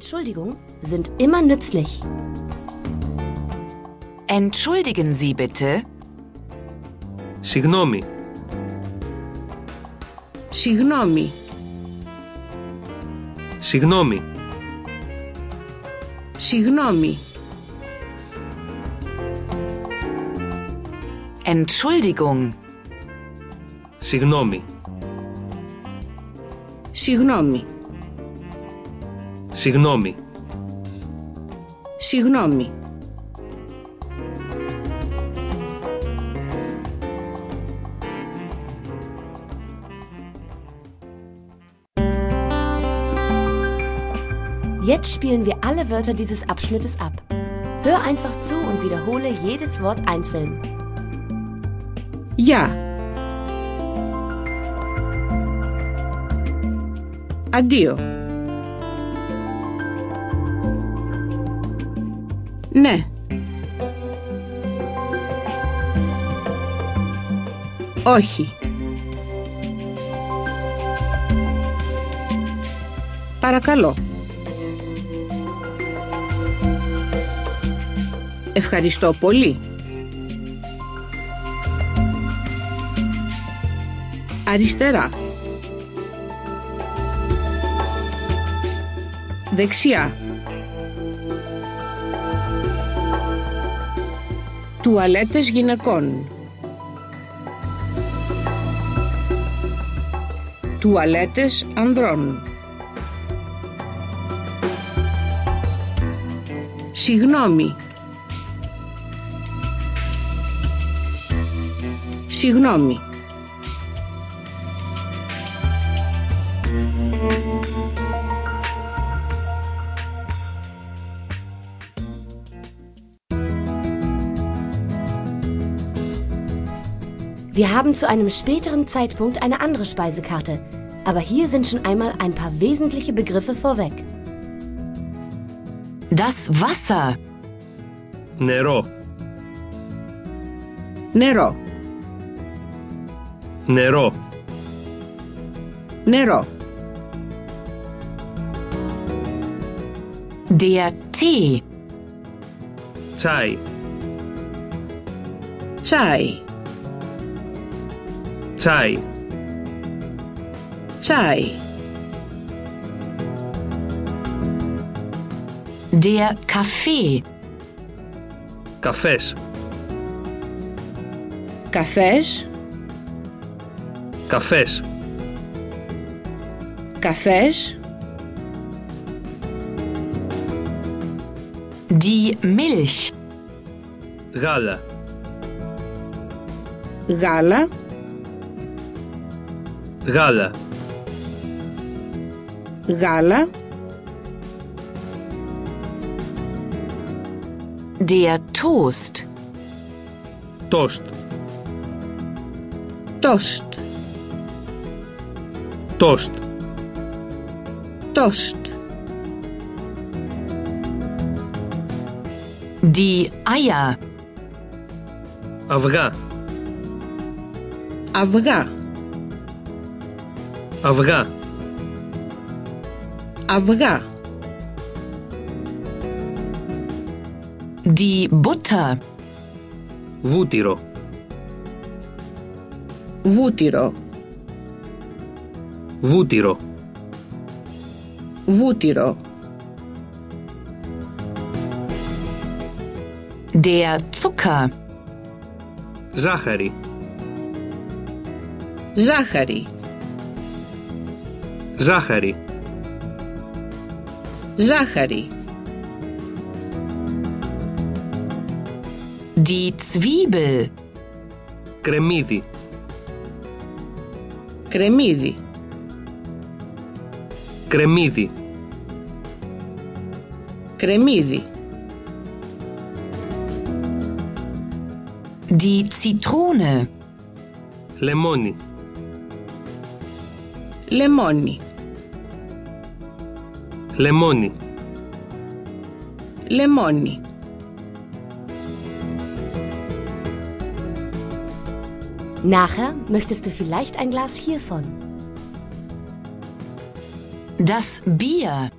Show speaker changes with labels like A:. A: Entschuldigung sind immer nützlich.
B: Entschuldigen Sie bitte.
C: Συγγνώμη.
D: Συγγνώμη.
C: Συγγνώμη.
D: Συγγνώμη.
B: Entschuldigung.
C: Συγγνώμη.
D: Συγγνώμη.
C: Συγγνώμη.
D: Συγγνώμη.
A: Jetzt spielen wir alle Wörter dieses Abschnittes ab. Hör einfach zu und wiederhole jedes Wort einzeln.
D: Γεια. Αντίο. Ναι. Όχι. Παρακαλώ. Ευχαριστώ πολύ. Αριστερά. Δεξιά. Τουαλέτες γυναικών. Τουαλέτες ανδρών. Συγγνώμη. Συγγνώμη.
A: Wir haben zu einem späteren Zeitpunkt eine andere Speisekarte, aber hier sind schon einmal ein paar wesentliche Begriffe vorweg.
B: Das Wasser.
C: Νερό.
D: Νερό.
C: Νερό.
D: Νερό.
B: Der Tee.
C: Τσάι.
D: Τσάι.
C: Τσάι.
D: Τσάι.
B: Der Kaffee.
C: Καφές.
D: Καφές.
C: Καφές.
D: Καφές.
B: Die Milch.
C: Γάλα.
D: Γάλα.
C: Γάλα.
D: Γάλα.
B: Der Toast.
C: Τόστ.
D: Τόστ.
C: Τόστ.
D: Τόστ.
B: Die Eier.
C: Αυγά.
D: Αυγά.
C: Αυγά.
D: Αυγά.
B: Die Butter.
C: Βούτυρο.
D: Βούτυρο.
C: Βούτυρο.
D: Βούτυρο.
B: Der Zucker.
C: Ζάχαρη.
D: Ζάχαρη.
C: Ζάχαρη.
D: Ζάχαρη.
B: Die Zwiebel.
C: Κρεμμύδι.
D: Κρεμμύδι.
C: Κρεμμύδι.
D: Κρεμμύδι.
B: Die Zitrone.
C: Λεμόνι.
D: Λεμόνι.
C: Λεμόνι.
D: Λεμόνι.
A: Nachher möchtest du vielleicht ein Glas hiervon.
B: Das Bier.